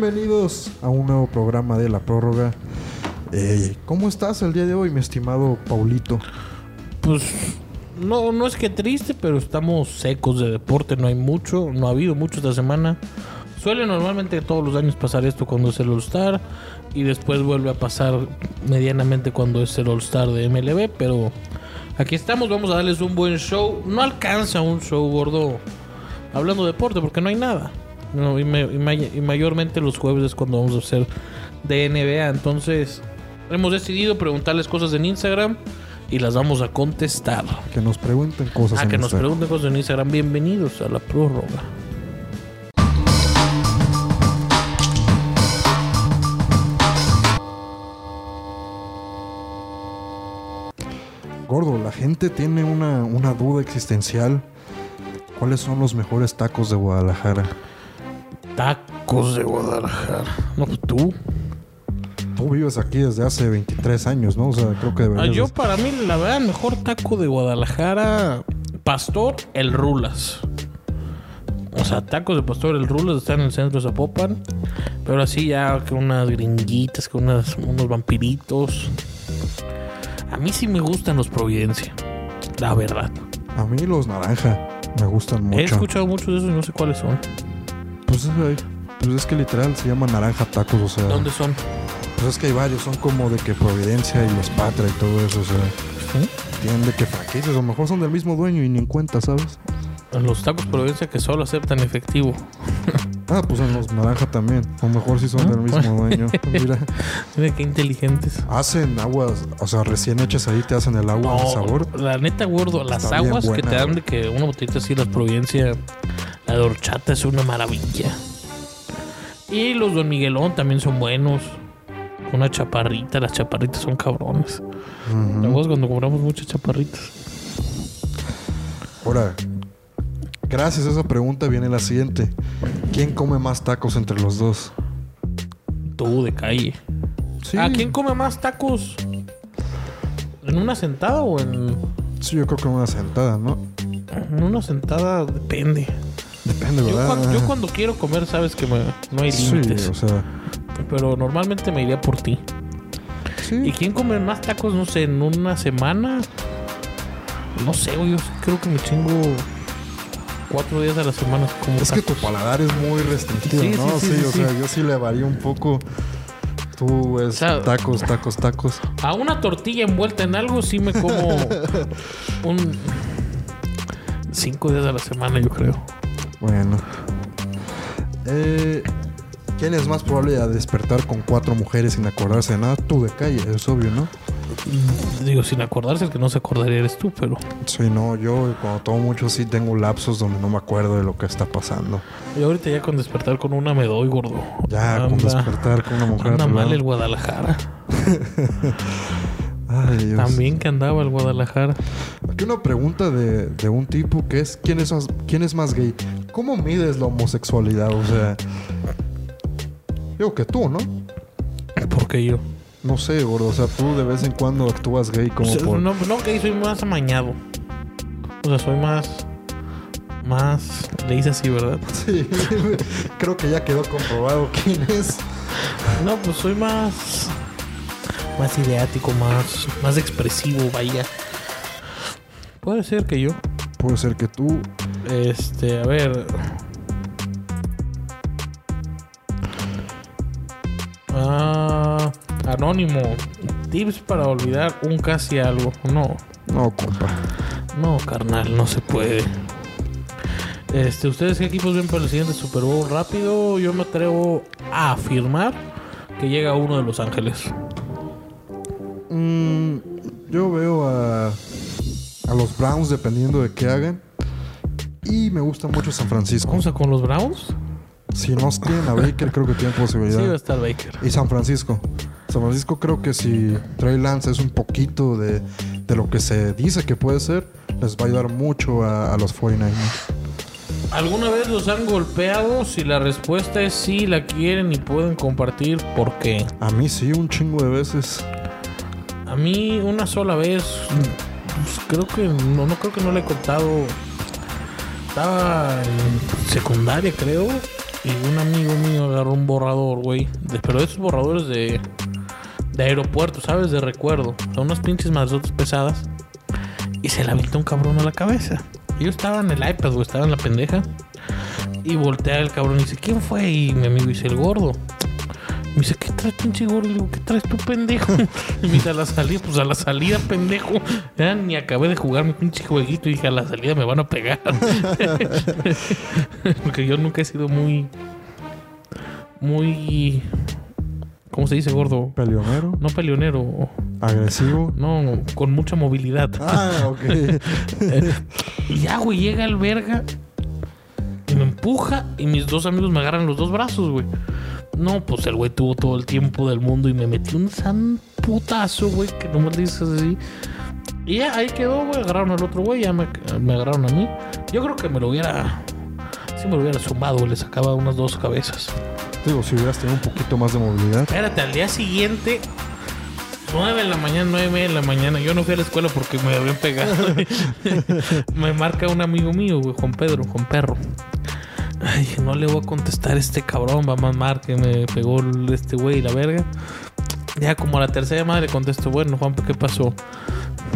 Bienvenidos a un nuevo programa de La Prórroga. Eh, ¿Cómo estás el día de hoy, mi estimado Paulito? Pues no, no es que triste, pero estamos secos de deporte, no hay mucho, no ha habido mucho esta semana. Suele normalmente todos los años pasar esto cuando es el All-Star y después vuelve a pasar medianamente cuando es el All-Star de MLB, pero aquí estamos, vamos a darles un buen show. No alcanza un show gordo hablando de deporte porque no hay nada. No, y, me- y may- y mayormente los jueves es cuando vamos a hacer de NBA, entonces hemos decidido preguntarles cosas en Instagram y las vamos a contestar. Que nos pregunten cosas. A en Ah, que nos Instagram. pregunten cosas en Instagram, bienvenidos a la prórroga. Gordo, la gente tiene una, una duda existencial. ¿Cuáles son los mejores tacos de Guadalajara? Tacos de Guadalajara. No, pues tú. Tú vives aquí desde hace 23 años, ¿no? O sea, creo que Ah, deberías... yo para mí, la verdad, el mejor taco de Guadalajara, Pastor, el Rulas. O sea, tacos de Pastor, el Rulas están en el centro de Zapopan. Pero así ya que unas gringuitas, que unas, unos vampiritos. A mí sí me gustan los Providencia. La verdad. A mí los naranja me gustan He mucho. escuchado muchos de esos y no sé cuáles son. Pues, eh, pues es que literal se llama naranja tacos, o sea... ¿Dónde son? Pues es que hay varios, son como de que Providencia y Los Patra y todo eso, o sea... ¿Sí? Tienen de que franquicias, a lo mejor son del mismo dueño y ni en cuenta, ¿sabes? Los tacos Providencia que solo aceptan efectivo. Ah, pues en los naranja también. A lo mejor sí Ah, son del mismo dueño. Mira, Mira qué inteligentes. hacen aguas, o sea, recién hechas ahí te hacen el agua de sabor. la neta, gordo, las Está bien aguas que buena, te dan güey. de que una botellita así, las Providencia, la de horchata es una maravilla. Y los Don Miguelón también son buenos. Una chaparrita, las chaparritas son cabrones. Ujú. La voz cuando compramos muchas chaparritas. Ahora, gracias a esa pregunta viene la siguiente. ¿Quién come más tacos entre los dos? Tú de calle. Sí, ¿A quién come más tacos? ¿En una sentada o en, sí, yo creo que una sentada, ¿no? en una sentada? Depende. Depende, Yo ¿verdad? cuando, yo cuando quiero comer, sabes que me- no hay Ah. Sí, límites. o sea... Pero normalmente me iría por ti. ¿Y Sí, quién come más tacos, no sé, en una semana? No sé, güey, yo sí creo que me chingo cuatro días a la semana como es que tu tacos. paladar es muy restrictivo, Sí, sí, ¿no? sí, Sí, sí, o sí. sea, yo sí le varío un poco. Tú es O sea- tacos, tacos, tacos. A una tortilla envuelta en algo sí me como un... Cinco días a la semana, yo creo. Bueno. Eh, ¿Quién es más probable a despertar con cuatro mujeres sin acordarse de nada? Tú de calle, es obvio, ¿no? Digo, sin acordarse, el que no se acordaría eres tú, pero... Sí, no, yo cuando tomo mucho sí tengo lapsos donde no me acuerdo de lo que está pasando. Y ahorita ya con despertar con una me doy, gordo. Ya, con Anda- despertar con una mujer. Anda a tu mal lado. el Guadalajara. Ay, Dios. También que andaba el Guadalajara. Aquí una pregunta de, de un tipo que es ¿quién, es más, ¿quién es más gay? ¿Cómo mides la homosexualidad? O sea... Digo que tú, ¿no? Porque yo... No sé, gordo. O sea, tú de vez en cuando actúas gay como O sea, por... Pues, No, no, que soy más amañado. O sea, soy más. Más. Le hice así, ¿verdad? Sí, creo que ya quedó comprobado quién es. No, pues soy más. Más ideático, más. Más expresivo, vaya. Puede ser que yo. Puede ser que tú. Este, a ver. Ah, anónimo. Tips para olvidar un casi algo. No. No, compa. No, carnal, no se puede. Este, ¿ustedes qué equipos ven para el siguiente Super Bowl rápido? Yo me atrevo a afirmar que llega uno de Los Ángeles. Mm, yo veo a, a los Browns dependiendo de qué hagan. Y me gusta mucho San Francisco. ¿Vamos a con los Browns? Si no tienen a Baker, creo que tienen Sí, va a posibilidad. estar Baker. Y San Francisco. San Francisco creo que si Trey Lance es un poquito de, de lo que se dice que puede ser, les va a ayudar mucho a, a los 49ers. ¿Alguna vez los han golpeado? Si la respuesta es sí, la quieren y pueden compartir, ¿por qué? A mí sí, un chingo de veces. A mí una sola vez, pues, creo que no, no creo que no le he contado. Estaba en secundaria, creo. Y un amigo mío agarró un borrador, güey. de- Pero de esos borradores de, de aeropuerto, ¿sabes? De recuerdo. O sea, unas pinches madresotas pesadas. Y se la aventó un cabrón a la cabeza. Yo estaba en el iPad, güey. Estaba en la pendeja. Y voltea el cabrón y dice, ¿quién fue? Y mi amigo dice, el gordo. Me dice, ¿qué traes, pinche gordo? Le digo, ¿qué traes tú, pendejo? Y me dice, a la salida, pues a la salida, pendejo. Ya ni acabé de jugar mi pinche jueguito y dije, a la salida me van a pegar. Porque yo nunca he sido muy. Muy. ¿Cómo se dice, gordo? Peleonero, No peleonero, agresivo. no, con mucha movilidad. Ah, ok. Y ya, güey, llega el verga y me empuja y mis dos amigos me agarran los dos brazos, güey. No, pues el güey tuvo todo el tiempo del mundo y me metió un san putazo, güey, que no me dices así. Y ya, ahí quedó, güey, agarraron al otro güey, ya me, me agarraron a mí. Yo creo que me lo hubiera... Si me lo hubiera sumado, güey, le sacaba unas dos cabezas. Digo, si hubieras tenido un poquito más de movilidad. Espérate, al día siguiente... 9 de la mañana, 9 y media de la mañana. Yo no fui a la escuela porque me habían pegado. me marca un amigo mío, güey, Juan Pedro, Juan Perro. Ay, dije, no le voy a contestar a este cabrón, va a mamar que me pegó el- este güey, la verga. Ya como a la tercera llamada le contesto, bueno, Juan, ¿qué pasó?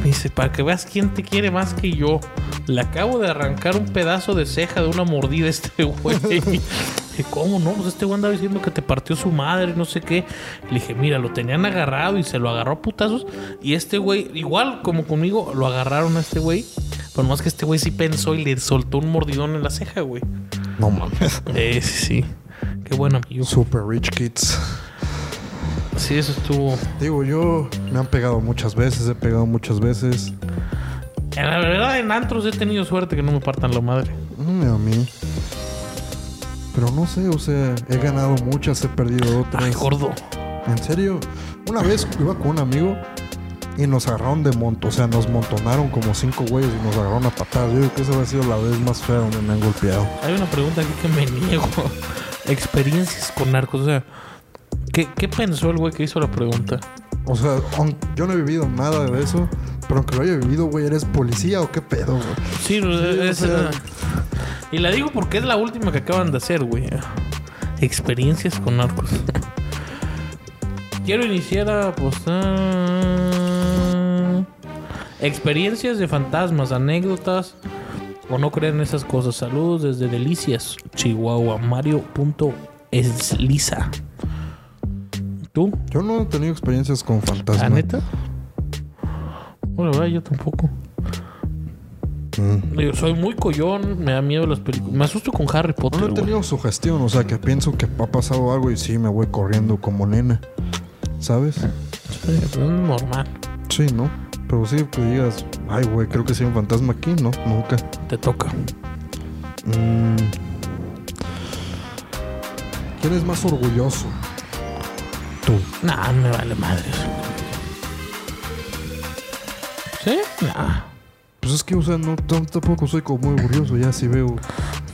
Me dice, para que veas quién te quiere más que yo. Le acabo de arrancar un pedazo de ceja de una mordida a este güey. Dije, ¿cómo no? Pues este güey andaba diciendo que te partió su madre, no sé qué. Le dije, mira, lo tenían agarrado y se lo agarró a putazos. Y este güey, igual como conmigo, lo agarraron a este güey. Pero más que este güey sí pensó y le soltó un mordidón en la ceja, güey. No mames. Eh, sí, sí. Qué bueno, amigo. Super rich kids. Sí, eso estuvo. Digo, yo me han pegado muchas veces, he pegado muchas veces. En la verdad, en antros he tenido suerte que no me partan la madre. Mm, a mí. Pero no sé, o sea, he ganado muchas, he perdido otras. Ay, gordo. En serio, una vez iba con un amigo y nos agarraron de monto, o sea, nos montonaron como cinco güeyes y nos agarraron a patadas. Yo creo que esa había sido la vez más fea donde me han golpeado. Hay una pregunta aquí que me niego. Experiencias con narcos. O sea, ¿qué, qué pensó el güey que hizo la pregunta? O sea, aun- yo no he vivido nada de eso, pero aunque lo haya vivido, güey, ¿eres policía o qué pedo, güey? Sí, o sea, o es- sea. Y la digo porque es la última que acaban de hacer, güey. Experiencias con narcos. Quiero iniciar a apostar. Experiencias de fantasmas, anécdotas. O no creen esas cosas. Saludos desde Delicias, Chihuahua. Mario.eslisa. ¿Tú? Yo no he tenido experiencias con fantasmas. ¿La neta? Bueno, la verdad, yo tampoco. Mm. Digo, soy muy collón, me da miedo las películas. Me asusto con Harry Potter. No he güey. tenido sugestión, o sea, que pienso que ha pasado algo y sí, me voy corriendo como nena. ¿Sabes? Ah. Sí, pues, es normal. Sí, ¿no? Pero sí, que digas, ay, güey, creo que sí hay un fantasma aquí, ¿no? Nunca. Te toca. Mm. ¿Quién es más orgulloso? Tú. Nah, me vale madre. ¿Sí? Nah. Pues es que, o sea, no, tam- tampoco soy como muy orgulloso, ya si veo.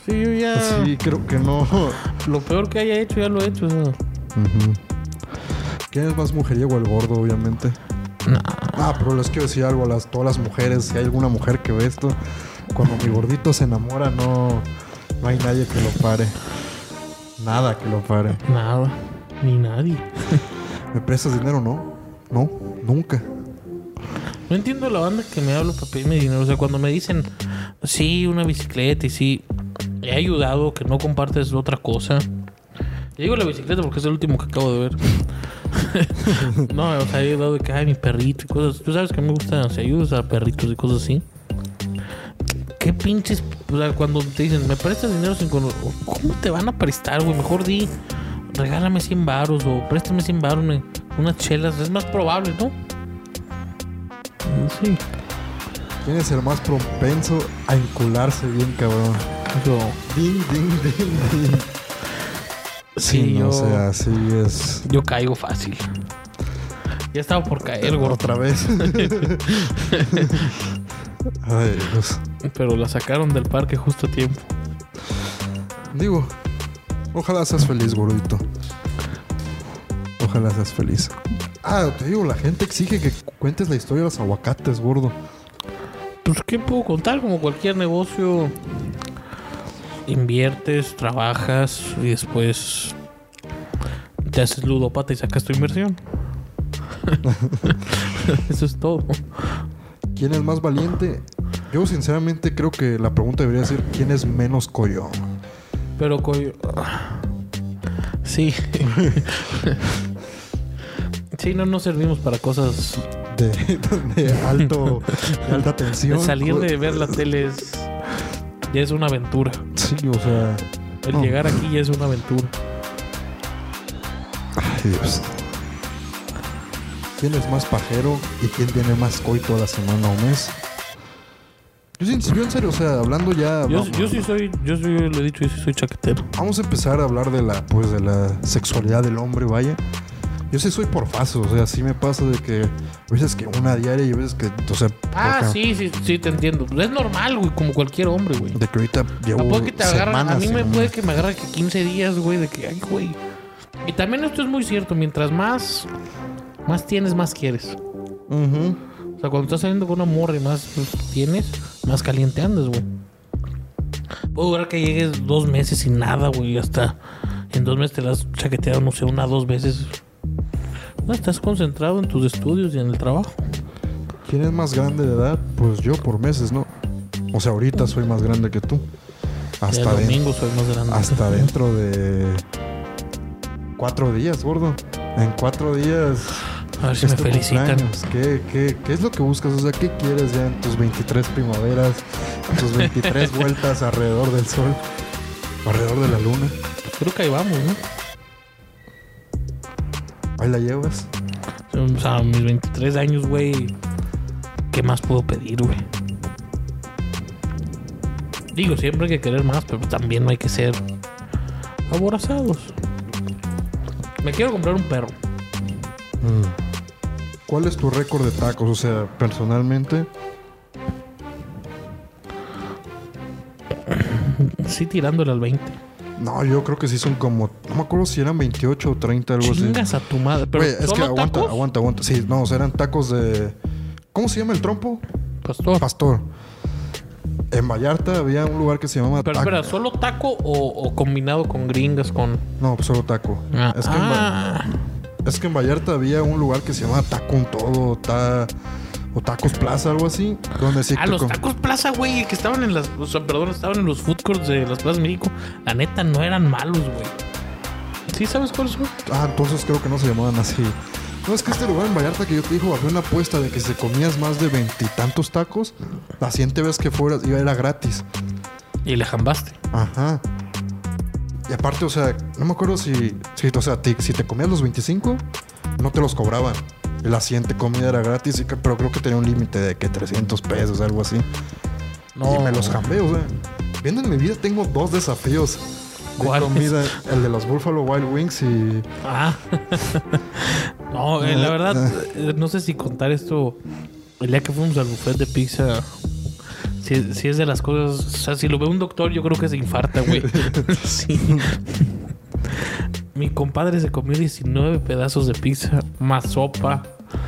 Sí, yo ya. Sí, creo que no. Lo peor que haya hecho, ya lo he hecho. o sea. Ujú. ¿Quién es más mujeriego? El gordo, obviamente. Nah. Ah, pero les quiero decir algo a las, todas las mujeres. Si hay alguna mujer que ve esto, cuando mi gordito se enamora, no, no hay nadie que lo pare. Nada que lo pare. Nada. Ni nadie. ¿Me prestas dinero? No. No, nunca. No entiendo la banda que me habla para pedirme dinero. O sea, cuando me dicen, sí, una bicicleta y sí, he ayudado, que no compartes otra cosa. Yo digo la bicicleta porque es el último que acabo de ver. no, o sea, he ayudado de que, ay, mi perrito y cosas. Tú sabes que me gustan, o sea, ayudas a perritos y cosas así. ¿Qué pinches? O sea, cuando te dicen, me prestas dinero sin cono- ¿Cómo te van a prestar, güey? Mejor di, regálame 100 baros o préstame 100 baros, me- unas chelas. Es más probable, ¿no? Sí. ¿Quién es el más propenso a encularse bien, cabrón? Yo. Ding, ding, ding, ding. Sí, no, yo. O sea, así es. Yo caigo fácil. Ya estaba por caer, gordo. Otra vez. Ay, Dios. Pero la sacaron del parque justo a tiempo. Digo, ojalá seas feliz, gordito. Ojalá seas feliz. Ah, te digo, la gente exige que cuentes la historia de los aguacates, gordo. Pues, ¿qué puedo contar? Como cualquier negocio. inviertes, trabajas y después te haces ludopata y sacas tu inversión. Eso es todo. ¿Quién es más valiente? Yo sinceramente creo que la pregunta debería ser ¿quién es menos collón? Pero coy- Sí. sí, no nos servimos para cosas. De, de alto, de alta tensión. Pues, Salir de ver la tele es. Ya es una aventura. Sí, o sea... El No. llegar aquí ya es una aventura. Ay, Dios. ¿Quién es más pajero y quién tiene más coito a la semana o mes? Yo, sin- yo en serio, o sea, hablando ya... Yo, vamos, yo sí soy. Yo sí lo he dicho, yo sí soy chaquetero. vamos a empezar a hablar de la, pues, de la sexualidad del hombre, vaya. Yo sí soy por fases, o sea, sí me pasa de que a veces que una diaria y a veces que, o sea, Ah, acá, sí, sí, sí, te entiendo. Es normal, güey, como cualquier hombre, güey. de que ahorita llevo ¿A poco que te agarran? semanas A mí sin me una. puede que me agarra que 15 días, güey, de que, ay, güey. Y también esto es muy cierto, mientras más, más tienes, más quieres. Ujú. O sea, cuando estás saliendo con una morra y más pues, tienes, más caliente andas, güey. Puedo durar que llegues dos meses sin nada, güey, hasta en dos meses te las chaqueteado, no sé, una, dos veces. No, estás concentrado en tus estudios y en el trabajo. ¿Quién es más grande de edad? Pues yo por meses, ¿no? O sea, ahorita soy más grande que tú. Ya Hasta el dentro. domingo soy más grande. Hasta dentro de cuatro días, gordo. En cuatro días. A ver si es Pues me tu felicitan. Este cumpleaños. ¿Qué, qué, qué es lo que buscas? O sea, ¿qué quieres ya en tus 23 primaveras, en tus 23 vueltas alrededor del sol, alrededor de la luna? Creo que ahí vamos, ¿no? Ahí la llevas. O sea, a mis 23 años, güey. ¿Qué más puedo pedir, güey? Digo, siempre hay que querer más, pero también no hay que ser aborazados. Me quiero comprar un perro. ¿Cuál es tu récord de tacos? O sea, personalmente, Sí, tirándole al 20. no, yo creo que sí son como, no me acuerdo si eran 28 o 30, algo así. Chingas a tu madre. Pero Güey, es que ¿solo aguanta, tacos? aguanta, aguanta. Sí, no, o sea, eran tacos de. ¿Cómo se llama el trompo? Pastor. Pastor. En Vallarta había un lugar que se llamaba pero Taco. espera, ¿solo taco o, o combinado con gringas con...? No, pues solo taco. Ah, Es, que en Va- ah, es que en Vallarta había un lugar que se llamaba Taco un todo, ta- o Tacos Plaza, algo así. Donde sí Ah, que los com- tacos Plaza, güey, que estaban en las, o sea, perdón, estaban en los food courts de las plazas de México. La neta no eran malos, güey. ¿Sí sabes cuáles son? Ah, entonces creo que no se llamaban así. No, es que este lugar en Vallarta que yo te dijo, había una apuesta de que si comías más de veintitantos tacos, la siguiente vez que fueras iba era gratis. Y le jambaste. Ajá. Y aparte, o sea, no me acuerdo si, si, o sea, ti- si te comías los 25, no te los cobraban. Y La siguiente comida era gratis, y que- pero creo que tenía un límite de que 300 pesos, algo así. No. Y me los jambé, o sea. Viendo en mi vida tengo dos desafíos. De ¿Cuáles? comida, el de los Buffalo Wild Wings y... Ah. no, eh, la verdad, eh, no sé si contar esto. El día que fuimos al buffet de pizza. Si, si es de las cosas. O sea, si lo ve un doctor, yo creo que se infarta, güey. sí. Mi compadre se comió 19 pedazos de pizza, más sopa.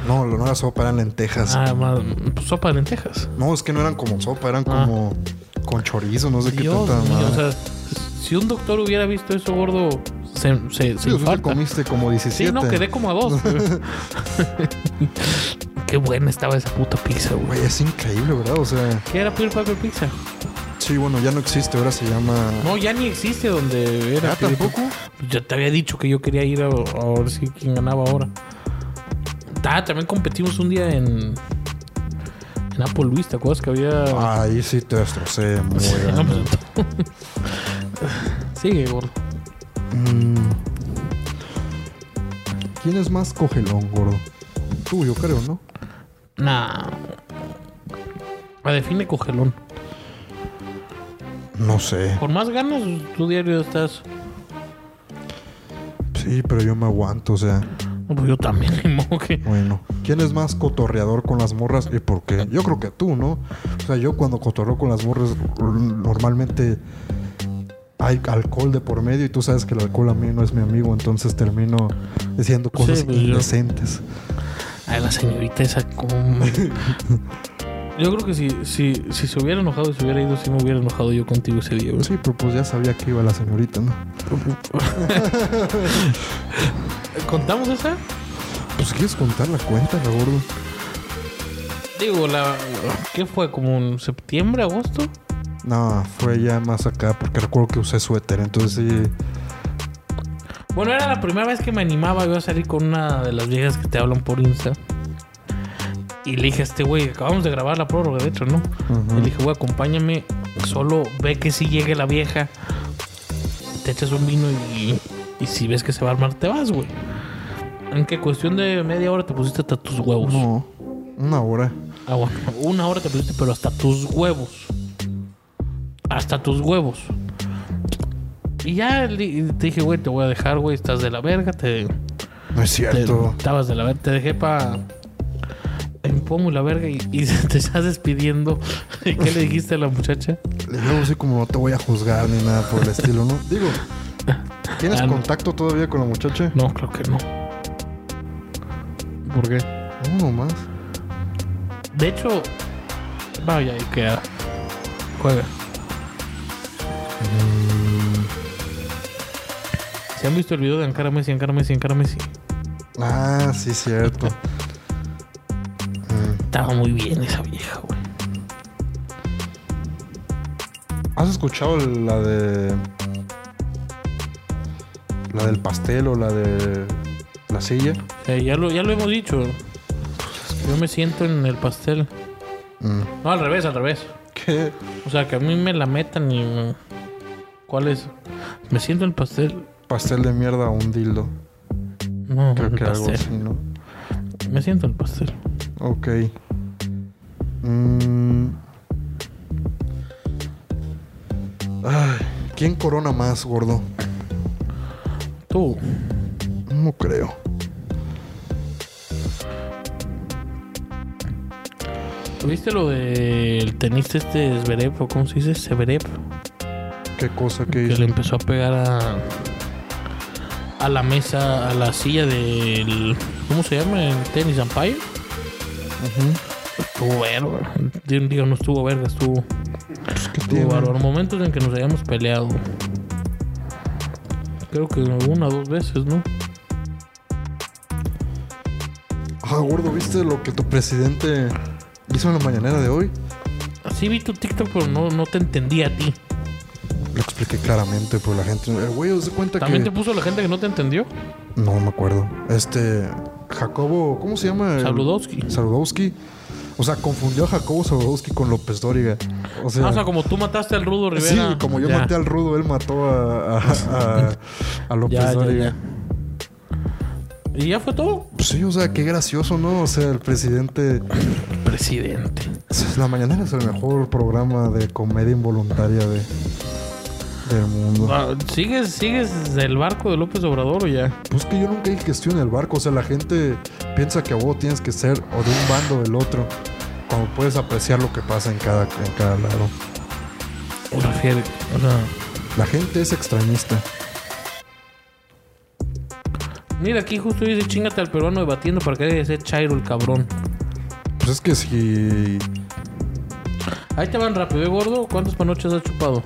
No, lo- no era sopa, eran lentejas. Ah, más, pues, sopa de lentejas. No, es que no eran como sopa, eran Ah. como con chorizo, no sé Dios qué tanta mío, madre. o sea, si un doctor hubiera visto eso gordo, se, se, se Sí, o sea, te infarta. comiste como 17. Sí, no, quedé como a dos. Qué buena estaba esa puta pizza, güey. Güey, es increíble, ¿verdad? O sea... ¿Qué era Pure Pepper Pizza? Sí, bueno, ya no existe, ahora se llama. No, ya ni existe donde era. ¿Ah, Pure tampoco? Pepper. Ya te había dicho que yo quería ir a, a ver si quién ganaba ahora. Ah, también competimos un día en. En Applebee's, ¿te acuerdas que había. Ahí sí te destrocé, Ah, muy Sí, no, grande. pues, Sigue, gordo. pues. Mm. ¿Quién es más cogelón, gordo? Tú, yo creo, ¿no? Nah. La define cogelón. No sé. Por más ganas, tu diario estás. Sí, pero yo me aguanto, o sea, No, pues yo también, ni modo que. bueno. ¿Quién es más cotorreador con las morras y por qué? Yo creo que tú, ¿no? O sea, yo cuando cotorreo con las morras, normalmente hay alcohol de por medio y tú sabes que el alcohol a mí no es mi amigo, entonces termino diciendo Sí, cosas pues yo- indecentes. Ay, la señorita esa, como. Yo creo que si, si, si se hubiera enojado y se hubiera ido, sí me hubiera enojado yo contigo ese día, güey. Sí, pero pues ya sabía que iba la señorita, ¿no? ¿Contamos esa? Pues quieres contar la cuenta, la gordo. Digo, la. ¿Qué fue? ¿Como en septiembre, agosto? No, fue ya más acá porque recuerdo que usé suéter, entonces sí. Bueno, era la primera vez que me animaba yo a salir con una de las viejas que te hablan por Insta. Y le dije a este güey, acabamos de grabar la prórroga, de hecho, ¿no? Ujú. Y le dije, güey, acompáñame, solo ve que si llegue la vieja, te echas un vino y, y si ves que se va a armar, te vas, güey. En que cuestión de media hora te pusiste hasta tus huevos. No, una hora. Ah, bueno, una hora te pusiste, pero hasta tus huevos. Hasta tus huevos. Y ya le- te dije, güey, te voy a dejar, güey, estás de la verga, te, No es te- cierto. estabas de la verga, te dejé para en pomo y la verga y, y te estás despidiendo. ¿Y qué le dijiste a la muchacha? Y Luego sí como no te voy a juzgar ni nada por el estilo, ¿no? Digo, ¿tienes Ah, no. contacto todavía con la muchacha? No, creo que no. ¿Por qué? Uno más. De hecho, vaya, ahí queda. Juega. Mm. ¿Se han visto el video de Ankara Messi, Ankara Messi, Ankara Messi? Ah, sí, cierto. Mm. Estaba muy bien esa vieja, güey. ¿Has escuchado la de. La del pastel o la de. La silla? Eh, ya, lo, ya lo hemos dicho. Yo me siento en el pastel. Mm. No, al revés, al revés. ¿Qué? O sea, que a mí me la metan y... ¿Cuál es? Me siento en el pastel. Pastel de mierda o un dildo. No, en Creo el que algo pastel. así, ¿no? Me siento en el pastel. Ok. Mm. Ay, ¿Quién corona más, gordo? Tú. No creo. ¿Viste lo del tenista este Zverev o cómo se dice? Zverev. ¿Qué cosa que Que hizo? le empezó a pegar a... A la mesa, a la silla del... ¿Cómo se llama? ¿El tenis umpire? Ujú. Estuvo verga. Digo, digo, no estuvo verga, estuvo... ¿Qué Estuvo tiene? valor. Momentos en que nos hayamos peleado. Creo que una o dos veces, ¿no? Ah, gordo, ¿viste lo que tu presidente hizo en la mañanera de hoy? Sí vi tu TikTok, pero no, no te entendí a ti. Lo expliqué claramente, pero la gente... El güey se cuenta ¿También que... te puso la gente que no te entendió? No me acuerdo. Este... Jacobo... ¿Cómo se llama? el- Saludowski. eh. Saludowski. O sea, confundió a Jacobo Saludowski con López Dóriga. O sea... Ah, o sea, como tú mataste al Rudo Rivera. Sí, como yo Ya. maté al rudo, él mató a, a, a- a López Ya, ya, Dóriga. ya. ¿Y ya fue todo? Pues sí, o sea, qué gracioso, ¿no? O sea, el presidente... Presidente. La mañanera es el mejor programa de comedia involuntaria de, del mundo. Ah, ¿Sigues, ¿Sigues del barco de López Obrador o ya? Pues que yo nunca dije que estoy en el barco. O sea, la gente piensa que a vos tienes que ser o de un bando o del otro. Cuando puedes apreciar lo que pasa en cada, en cada lado. O sea, fiel, o sea, La gente es extrañista. mira, aquí justo dice chingate al peruano debatiendo para que debe ser Chairo el cabrón. Pues es que si. Ahí te van rápido, ¿eh, gordo? ¿Cuántas panochas has chupado?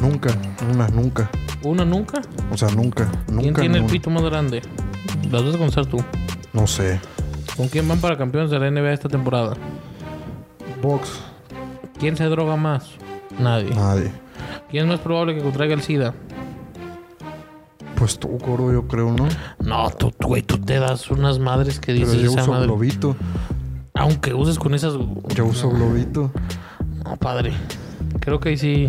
Nunca, una, nunca. ¿Una nunca? O sea, nunca, nunca. ¿Quién tiene el nun- pito más grande? Las vas a contar tú. No sé. ¿Con quién van para campeones de la NBA esta temporada? Box, ¿Quién se droga más? Nadie. nadie. ¿Quién es más probable que contraiga el SIDA? Pues tú, Coro, yo creo, ¿no? No, tú, tú, güey, tú te das unas madres que Pero dices yo esa uso madre. globito. Aunque uses con esas. Yo uso globito. No, padre. Creo que ahí sí.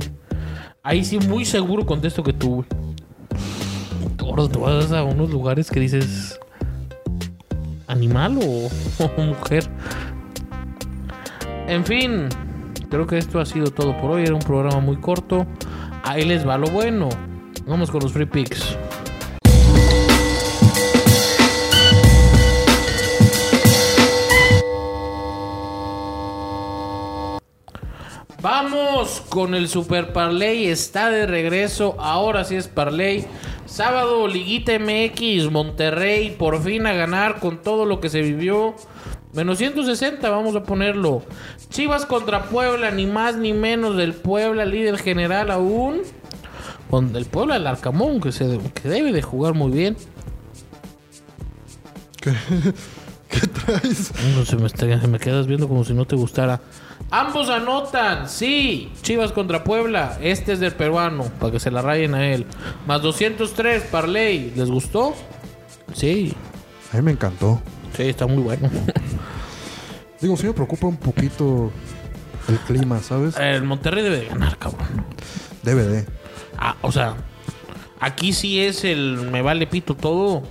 Ahí sí, muy seguro contesto que tú, güey. Tú, Gordo, te vas a unos lugares que dices. ¿Animal o, o mujer? En fin, creo que esto ha sido todo por hoy. Era un programa muy corto. Ahí les va lo bueno. Vamos con los free picks. Vamos con el Super Parley, está de regreso, ahora sí es Parley. Sábado, Liguita MX, Monterrey, por fin a ganar con todo lo que se vivió. Menos 160, vamos a ponerlo. Chivas contra Puebla, ni más ni menos del Puebla, líder general aún. Con el Puebla del Arcamón, que, se, que debe de jugar muy bien. ¿Qué, qué traes? No se me, está- se me quedas viendo como si no te gustara. Ambos anotan, sí. Chivas contra Puebla. Este es del peruano, para que se la rayen a él. Más 203, Parley. ¿Les gustó? Sí, A mí me encantó. sí, está muy bueno. Digo, sí me preocupa un poquito el clima, ¿sabes? El Monterrey debe de ganar, cabrón. DVD. Ah, o sea, aquí sí es el me vale pito todo.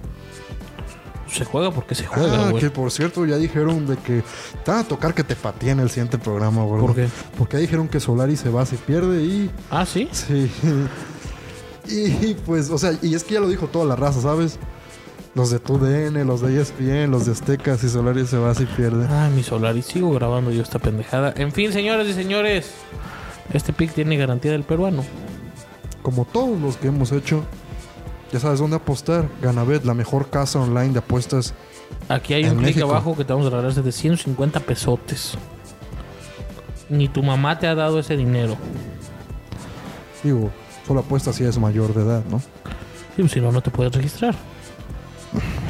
Se juega porque se juega, Ah, güey. que por cierto ya dijeron de que te van a tocar que te pateen el siguiente programa, güey. ¿Por qué? Porque ya dijeron que Solari se va si pierde y Ah, sí. Sí. Y pues, o sea, y es que ya lo dijo toda la raza, ¿sabes? Los de TUDN, los de E ESPN, los de Azteca, si Solari se va, si pierde. Ay, Ah, mi solar, y sigo grabando yo esta pendejada. En fin, señoras y señores, este pick tiene garantía del peruano. Como todos los que hemos hecho, ya sabes dónde apostar. Ganabet, la mejor casa online de apuestas. Aquí hay En un clic México. abajo que te vamos a regalar de 150 pesotes. Ni tu mamá te ha dado ese dinero. Digo, solo apuesta si es mayor de edad, ¿no? Sí, pues, si no, no te puedes registrar.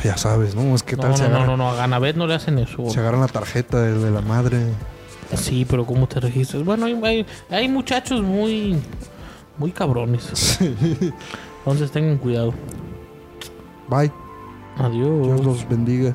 Ya sabes, ¿no? Es que No, tal no, se, no, agarran, no, no, a Ganabet no le hacen eso. se agarran la tarjeta de, de la madre. Sí, pero ¿cómo te registras? Bueno, hay, hay- hay muchachos muy, muy cabrones. Entonces tengan cuidado. Bye, Adiós. Dios los bendiga.